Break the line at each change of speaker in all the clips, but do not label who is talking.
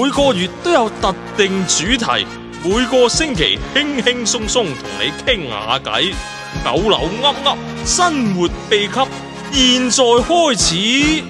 每個月都有特定主題，每個星期輕輕鬆鬆同你傾下偈，九樓噏噏生活秘笈，現在開始。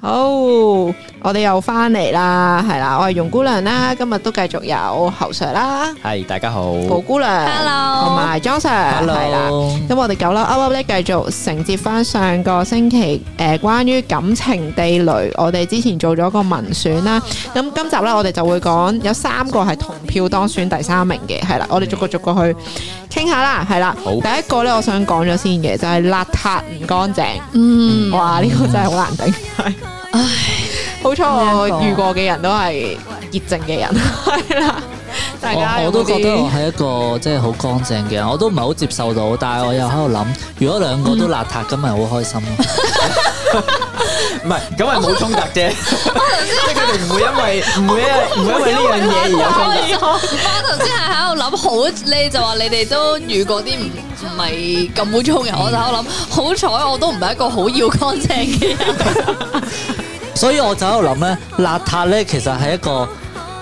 好，我哋又翻嚟啦，係啦，我係容姑娘啦，今日都繼續有侯 Sir 啦，
系大家好
蒲姑娘
Hello
同埋 John Sir，係啦。咁我哋九樓 up up 咧，繼續承接翻上個星期誒、呃、關於感情地雷，我哋之前做咗個民選啦。咁今集咧，我哋就會講有三個係同票當選第三名嘅，係啦，我哋逐個逐個去傾下啦，係啦。
好
第一個咧，我想講咗先嘅，就係、邋遢唔乾淨。
嗯，
哇！呢、個真係好難頂。係好彩我遇過嘅人都係熱症嘅人，係啦。大家
哦我
有冇
我都覺得我
啲
係一個即係好乾淨嘅人，我都唔係好接受到，但係我又喺度諗，如果兩個都邋遢，咁咪好開心咯。
唔係，咁係冇衝突啫，即係佢哋唔會因為唔會因為唔會因為呢樣嘢而有衝
我
突。
頭先係喺度諗，好你就話你哋都遇過啲唔唔係咁污糟嘅，我就喺度諗，好彩我都唔係一個好要乾淨嘅人。
所以我就喺度諗咧，邋遢咧其實係一個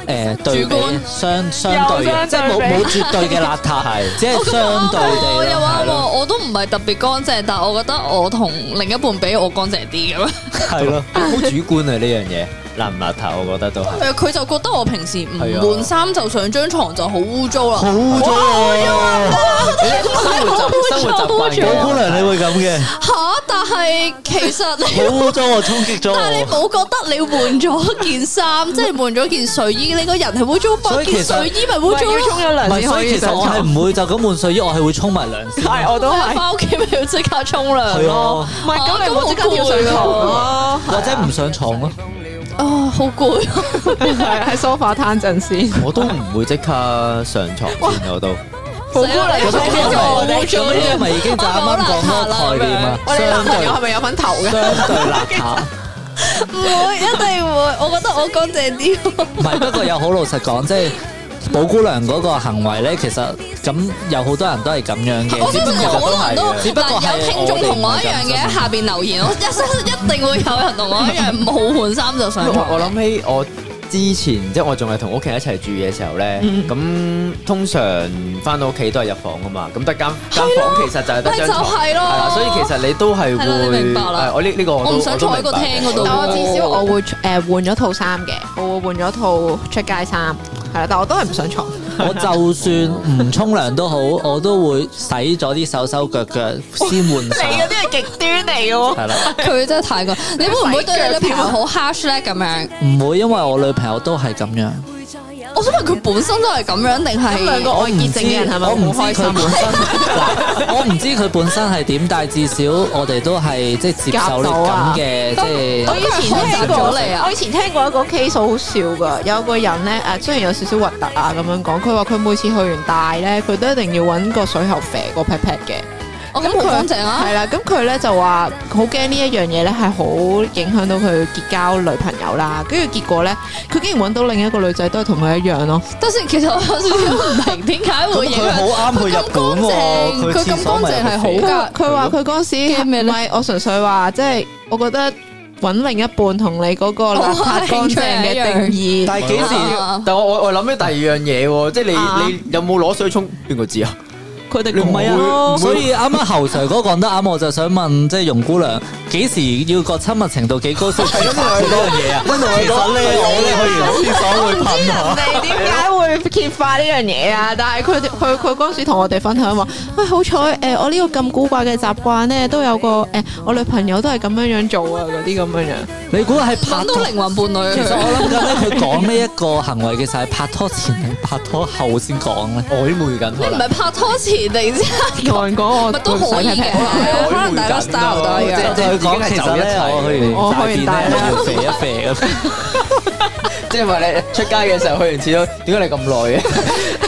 誒對
主
比
觀
相相對
又相對比
嘅，即係冇冇絕對嘅邋遢，係只係相對
哦我
地
又
咯
話
係咯，
我都唔係特別乾淨，但係我覺得我同另一半比我乾淨啲咁樣。
係咯，好主觀啊呢樣嘢，邋唔邋遢，我覺得都係。
誒，佢就覺得我平時唔
係啊
換衫就上張床就好污糟啦。
好污糟啊！
生活習生活習慣
高姑
嘅，
娘你會咁嘅，
吓，但係其實 你。
好污糟啊！衝擊咗
但係你
我。
冇覺得你換咗件衫，即係換咗件睡衣，你個人係污糟，
所
白
以其
件
實
睡衣咪污糟
要
咯。
沖咗
唔
涼
係，
先
所
可
以
以
其實
上
我係
床？
唔會就咁換睡衣，我係會沖埋涼先。
係，我都係。
翻屋企咪要即刻沖涼
係
咯。
啊，
唔係咁，你冇即刻跳上床咯，
或者唔上床咯。
啊，好攰啊。
係喺 sofa 攤陣先。
我都唔會即刻上床先，我都。
蒲姑娘
死
講
啦
緊我
我哋
咁呢個咪已經就啱啱講嗰個概念啊，
我哋男
相
朋
對
友係咪有份頭嘅？
相對邋遢。
唔會，一定會。我覺得我乾淨啲。
唔係，不過又好老實講，即係。寶姑娘嗰個行為咧，其實咁有好多人都係咁樣嘅，
我
只
相
不
信有好
過
多人都
只不過係
嗱，有聽眾同
我
我一樣
哋唔係咁
嘅，
啫
下邊留言，我一相信一定會有人同我一樣冇換衫就上
我
床。
我諗起我之前即係我仲係同屋企人一齊住嘅時候咧，
嗯
咁通常翻到屋企都係入房噶嘛，咁得間間房其實就係得
咪
張床，
就係咯
啦，所以其實你都
係
係
啦你
會
明白啦
誒我呢呢個我都
我唔想坐喺個廳嗰度
但我
我都明白啊
至少我會誒換咗套衫嘅，我會換咗套出街衫，係啦，但我都係唔上床。
我就算唔沖涼都好，我都會洗咗啲手手腳腳先 換衫，
啲係極端嚟嘅喎。
係啦，
佢真係太過。你會唔會對你女朋友好 harsh 咧？咁樣，
唔會因為我女朋友都係咁樣，
我想問佢本身都係咁樣定係？
兩個愛熱症嘅人係咪
我唔知
好開
佢
心
本
啊？
身，嗱我唔知佢本身係點，但係至少我哋都係即係接受呢咁嘅，即
我
係
以前聽過
我以前聽過你啊
我以前聽過一個 case 好笑噶，有個人咧誒，雖然有少少核突啊咁樣講，佢話佢每次去完大咧，佢都一定要揾個水喉啡個 pat pat 嘅。
我咁好乾淨啊！
係啦，咁佢咧就話好驚呢一樣嘢咧係好影響到佢結交女朋友啦。跟住結果咧，佢竟然揾到另一個女仔都係同佢一樣咯。
但係其實我有少少唔明點解會影響。
好啱去日本
佢咁乾淨佢咁乾淨係好
佢話
㗎。
佢話佢嗰時
驚咩
唔
咧
係我純粹話，即係我覺得揾另一半同你嗰個邋遢乾淨嘅定 義。
但係幾時
啊？
但我我我諗起第二樣嘢喎，即係
啊
你你有冇攞水沖邊個知啊？
佢哋
唔係
講
啊，
咯
所以啱啱侯 Sir 嗰個講得啱，我就想問，即係容姑娘幾時要個親密程度幾高先接受呢樣嘢啊？因為我咧，我咧去完廁所會噴啊
人哋點解會揭發呢樣嘢啊？但係佢哋佢佢嗰陣時同我哋分享話，喂好彩誒、呃我呢個咁古怪嘅習慣咧，都有個誒、呃我女朋友都係咁樣樣做啊，嗰啲咁樣樣。
你估係拍
揾到
拖？
靈魂伴侶啊
其實我諗緊咧，佢講呢一個行為嘅時候係拍拖前定拍拖後先講咧？
曖昧緊
你唔
可
係
能。
拍拖前定之
有人講我
咪都可以嘅，可能大家 style 都一
即
樣。
係佢講其實咧，我去
我
完大
去完
便
大
咧要肥一肥咁。
即係話你出街嘅時候去完廁所，點解你咁耐嘅？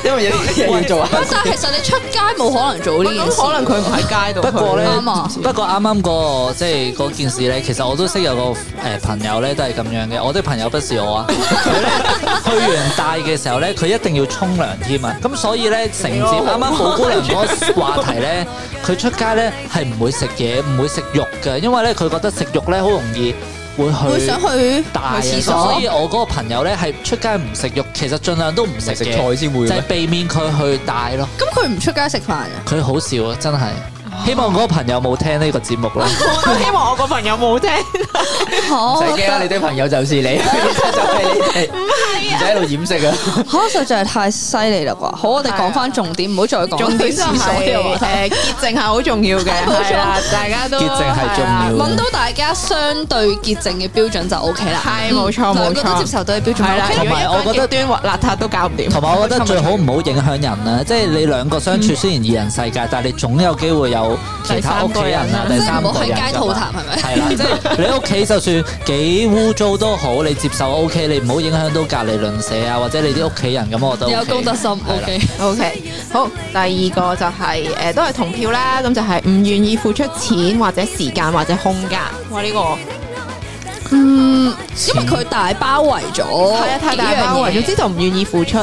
因為有啲嘢要做啊。
但係其實你出街冇可能做呢件事，
咁可能佢唔喺街度去。
不 過咧
啱啊，
不過啱啱嗰個即係嗰件事咧，其實我都識有個誒、呃朋友咧，都係咁樣嘅。我的朋友不是我 啊，佢咧去完大嘅時候咧，佢一定要沖涼添啊。咁所以咧，承接
哦
啱啱寶姑娘嗰個話題咧，佢出街咧係唔會食嘢，唔會食肉嘅，因為咧佢覺得食肉咧好容易。會
會
去
想去
大啊，
去廁
所
所
以。我嗰個朋友咧係出街唔食肉，其實盡量都唔食
食
嘅，
菜先
就係
會嘅咩？
避免佢去大咯。
咁佢唔出街食飯啊？
佢好笑啊，真係。希望嗰個朋友冇聽呢個節目啦。
我都希望我個朋友冇聽。
唔
我
使
覺
驚啦，
得
你啲朋友就是你， 就係你哋，唔使喺度掩飾啊！
嚇實在太犀利啦啩！好，我哋講翻重點，唔好再講
重點
去
就
廁所
係
呢個話題
誒潔淨係好重要嘅， 係啊啦，大家都
潔淨係啊重要嘅
揾到大家相對潔淨嘅標準就 O K 啦。
係冇錯
嗯
冇錯
兩個都接受到嘅標準就
係啦
OK。
同埋我覺得
端邋遢都搞唔掂。
同埋我覺得最好唔好影響人 啦，即係你兩個相處雖然二人世界，但係你總有機會有其他屋企人啊、第
第
三
三
個
個
人
人啊
㗎嘛
即
係啦，即係 你屋企就算幾污糟都好，你接受 O K，你唔好影響到隔離鄰舍啊，或者你啲屋企人咁，我都 OK
有公德心
係啦
O K。
OK，好，第二個就係、誒、都係同票啦，咁就係唔願意付出錢或者時間或者空間。哇！呢、個
嗯，因為佢大包圍咗，
係啊，太大包圍，總之就唔願意付出，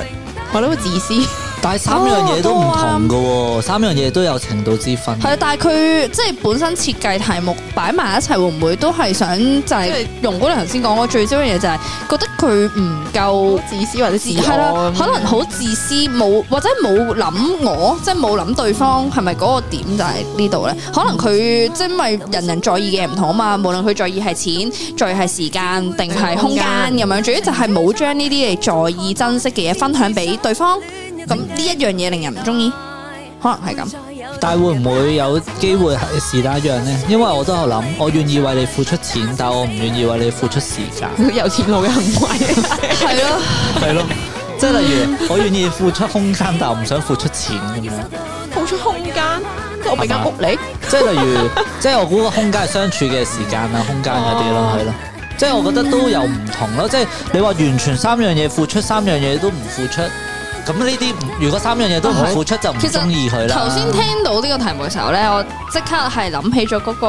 我都會自私。
但係三樣嘢都唔同㗎喎，三樣嘢都有程度之分。
係啊，但係佢即係本身設計題目擺埋一齊，會唔會都係想就係、容姑娘頭先講嗰最焦嘅嘢，就係覺得佢唔夠
自私或者自
自係啦
我，
可能好自私，冇或者冇諗我，即係冇諗對方係咪嗰個點就係呢度咧？可能佢即係因為人人在意嘅唔同啊嘛，無論佢在意係錢，在意係時間定係空間咁樣，主要就係冇將呢啲你在意珍惜嘅嘢分享俾對方，咁呢一樣嘢令人唔中意，可能係咁。
但係會唔會有機會係是那樣呢？因為我都有諗，我願意為你付出錢，但我唔願意為你付出時間。
有錢佬嘅行為。
係咯，
係咯，即係例如我願意付出空間，但我唔想付出錢咁樣。
付出空間，即係我俾間屋你。
即係例 如，即係我估個空間係相處嘅時間啊、空間嗰啲
哦
咯，係咯。即係我覺得都有唔同咯。即係你話完全三樣嘢付出，三樣嘢都唔付出，咁呢啲唔如果三樣嘢都唔付出，就唔
啊其
中意佢
實
啦。
頭先聽到呢個題目嘅時候咧，我即刻係諗起咗嗰個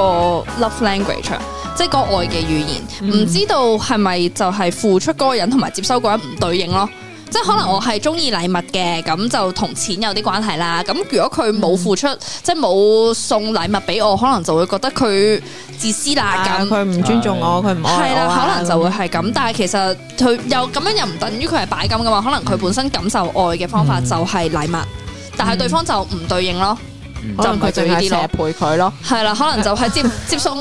love language 啊即係個愛嘅語言。唔、知道係咪就係付出嗰個人同埋接收嗰個人唔對應咯？即係可能我係中意禮物嘅，咁就同錢有啲關係啦。咁如果佢冇付出，即係冇送禮物俾我，可能就會覺得佢自私啦
啊
咁。
佢唔尊重我，佢唔愛
係
我
啦，
啊
可能就會係咁，但係其實佢又咁樣又唔等於佢係擺金噶嘛，可能佢本身感受愛嘅方法就係禮物，但係對方就唔對應咯，
可能佢淨係成日陪佢咯。
係啦，可能就係接 接送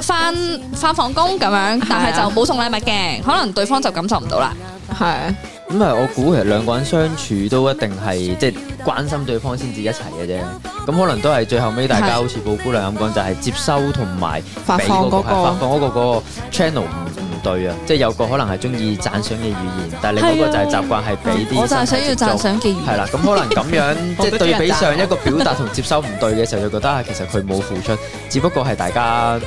翻翻放工咁樣，但係就冇送禮物嘅，可能對方就感受唔到啦。
係
咁啊，我估其實兩個人相處都一定係即係關心對方先至一齊嘅啫。咁可能都係最後尾大
係
家好似寶姑娘咁講，就係接收同埋
發
俾
放嗰
係發
個
放嗰個嗰個 channel 唔唔對啊。即係有個可能係中意讚賞嘅語言，但係另一個就係習慣係俾啲
我就係想要
身體接觸
讚賞嘅語言
係啦，咁可能咁樣即係對比上一個表達同接收唔對嘅時候，就覺得啊，其實佢冇付出，只不過係大家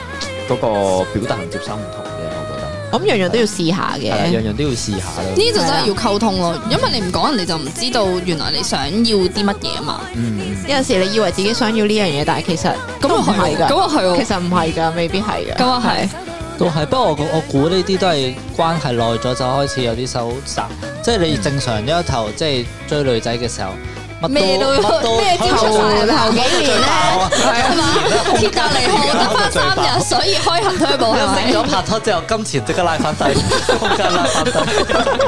嗰個表達同接收唔同啫。我覺得
咁樣樣都要試下
係啦，
嘅。
樣樣都要試下咯。
呢就真係要溝通咯，因為你唔講，人哋就唔知道原來你想要啲乜嘢啊嘛。
嗯。
有陣時你以為自己想要呢樣嘢，但係其實
咁
都唔
啊
係
係喎，咁
㗎，
啊係喎
其，實唔係㗎，未必係㗎。
咁啊係。
都係，不過我我估呢啲都係關係耐咗就開始有啲收窄，即係你正常一頭即係追女仔嘅時候，乜
咩
都
都
乜都
咩都
頭
出晒啦
頭幾年咧，
係 嘛？鐵達尼號得翻三日，所以開行推步係咪？
咗拍拖之後，金錢即刻拉翻低，空間拉翻低。
時間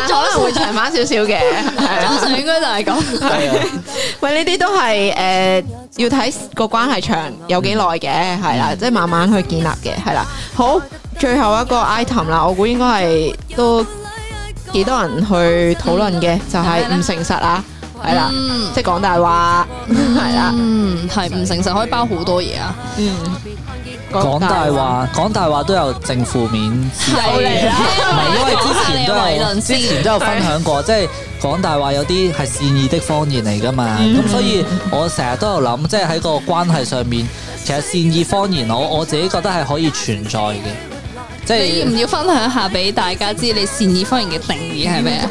啊
可能會長翻少少 嘅。係啊
通常應該就係咁。
係啊，
喂，呢啲都係誒、呃要睇個關係長有幾耐嘅，係啦，即係慢慢去建立嘅，係啦。好，最後一個 item 啦，我估應該係都幾多人去討論嘅，就係、唔誠實啦，係啦，
嗯
即係講大話，係啦，
嗯，係唔誠實可以包好多嘢啊！
嗯，
講大，話，講大話都有正負面是非
又
嘅
嚟啦
唔係因為之前 都
講下你嘅偉
有
論
之
先
前都有分享過，即係講大話有啲係善意的謊言嚟㗎嘛。咁所以我成日都有諗，即係喺個關係上面，其實善意謊言我我自己覺得係可以存在嘅，即
你要
係
唔要分享下俾大家知你善意方言嘅定義係咩啊？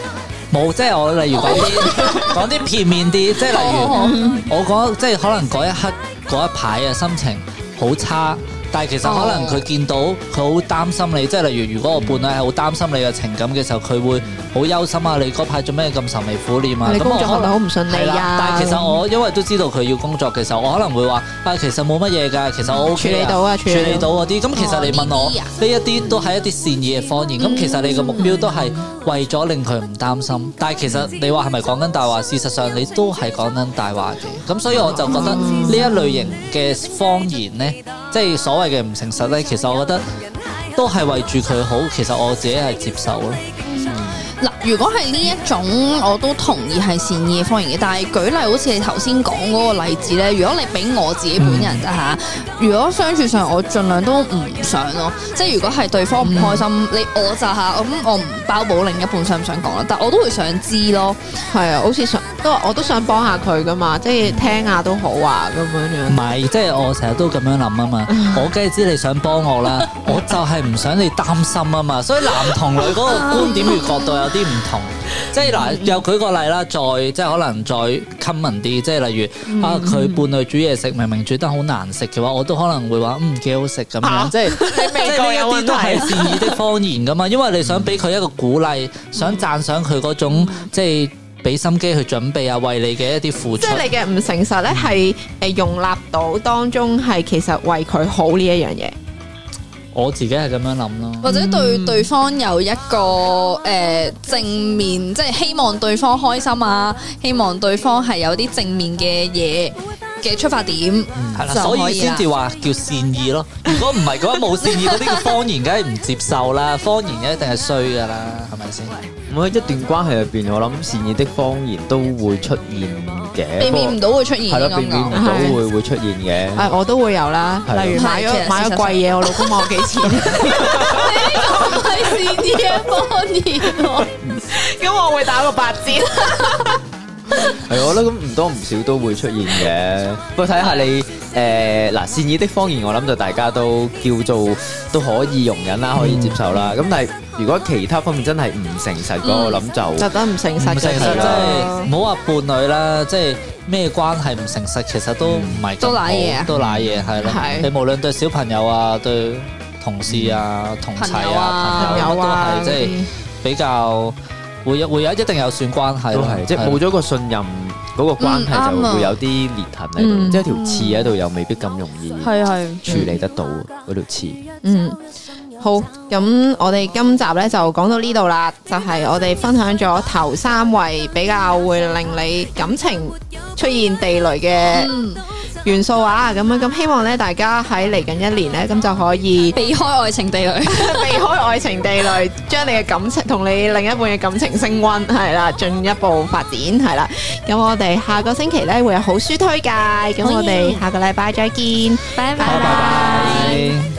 冇即係我例如講
哦
啲 講啲片面啲，即係例
好
如
好好。
啊我講即係可能嗰一刻嗰一排嘅心情好差，但係其
哦
實可能佢見到佢好擔心你，即係例如如果個伴侶係好擔心你嘅情感嘅時候，佢會好憂心啊！你嗰排做咩咁愁眉苦臉啊？
哦你
咁
工
我
作
可
係咪
能
好唔順
係
利
啦
啊？，
但係其實我因為都知道佢要工作嘅時候，我可能會話啊，其實冇乜嘢㗎，其實我 O
處
K
理
啊
到啊處
處
理到
理到嗰啲。咁其實你問我
哦呢啲啊嗯
呢一啲都係一啲善意嘅方言。咁其實你嘅目標都係為咗令佢唔擔心，但係其實
嗯
你話係咪講緊大話？事實上你都係講緊大話嘅。咁所以我就覺得
嗯
呢一類型嘅方言呢，即係所謂嘅唔誠實呢，其實我覺得都係為住佢好。其實我自己係接受咯。
嗱，如果係呢一種，我都同意係善意嘅方言嘅。但係舉例好似你頭先講嗰個例子咧，如果你俾我自己本人
嗯
咋嚇，如果相處上我盡量都唔想咯，即係如果係對方唔開心，
嗯
你我咋嚇，咁我唔包保另一半想唔想講啦，但我都會想知咯。
係啊，好似想都我都想幫下佢噶嘛，即係聽下都好啊咁樣
唔
樣。
係，即係我成日都咁樣諗啊 嘛。我梗係知你想幫我啦，我就係唔想你擔心啊嘛。所以男同女嗰個
啊
觀點與角度有啲唔同。即係
嗯
嗱，又舉個例啦，再即係可能再 common 啲，即係例
嗯
如啊，佢伴侶煮嘢食，明明煮得好難食嘅話，我都可能會話嗯幾好食咁
啊
樣，即係即係呢一啲都係善意的方言噶嘛，因為你想俾佢一個鼓
嗯
勵，想讚賞佢嗰種即係俾心機去準備啊，為你嘅一啲付出
即。係你嘅唔誠實咧，係誒容納到當中係其實為佢好呢一樣嘢。
我自己係咁樣諗咯。
或者對
嗯
對方有一個誒、呃正面，即係希望對方開心啊，希望對方係有啲正面嘅嘢嘅出發點，
嗯係啦，
就
所
可
以
以
先
啦
至。話叫善意咯。如果唔係嘅話，冇善意嗰啲嘅方言，梗係唔接受啦。方言一定係衰噶啦，係咪先？
唔喺一段關係入邊，我諗善意的謊言都會出現嘅，
避免唔到會出現
係咯，
咁
避免唔
講。
到
係
會會出現嘅。
誒，我都會有啦，
係啊
例如買
係其實
咗買咗
事實
貴嘢，我老公問我幾 錢，
係啊善意嘅方言喎，
咁我會打個八 折。
係，我覺得咁唔多唔少都會出現嘅。不過睇下你誒嗱、善意的謊言，我諗就大家都叫做都可以容忍啦，可以接受啦。咁、但係如果其他方面真係唔誠實嘅，
嗯
我諗就
特登唔誠實
唔誠
嘅
實
事
真係
咯
唔。好話伴侶啦，即係咩關係唔誠實，其實都唔係咁
都賴
好
嘢啊
都賴嘢係咯
係。
你無論對小朋友啊，對同事啊、同妻
朋友啊
啊、朋
朋
友
友啊
啊，都係即係比較會有會有一定有損關係
都
咯
係，即係
咯
冇咗個信任嗰個關係，
嗯啱
就
啊
會有啲裂痕喺度，
嗯
即係條刺喺度又未必咁容易
係係
處理得到嗰條刺。
嗯，好，咁我哋今集咧就講到呢度啦，就係、我哋分享咗頭三位比較會令你感情出現地雷嘅
嗯，
元素啊，咁樣咁希望咧大家喺嚟緊一年咧，咁就可以
避開愛情地雷。
避開愛情地雷，將你嘅感情同你另一半嘅感情升温，係啦， 進一步發展係啦。咁我哋下個星期咧會有好書推介，咁我哋下個禮拜再見，
拜
拜拜
拜拜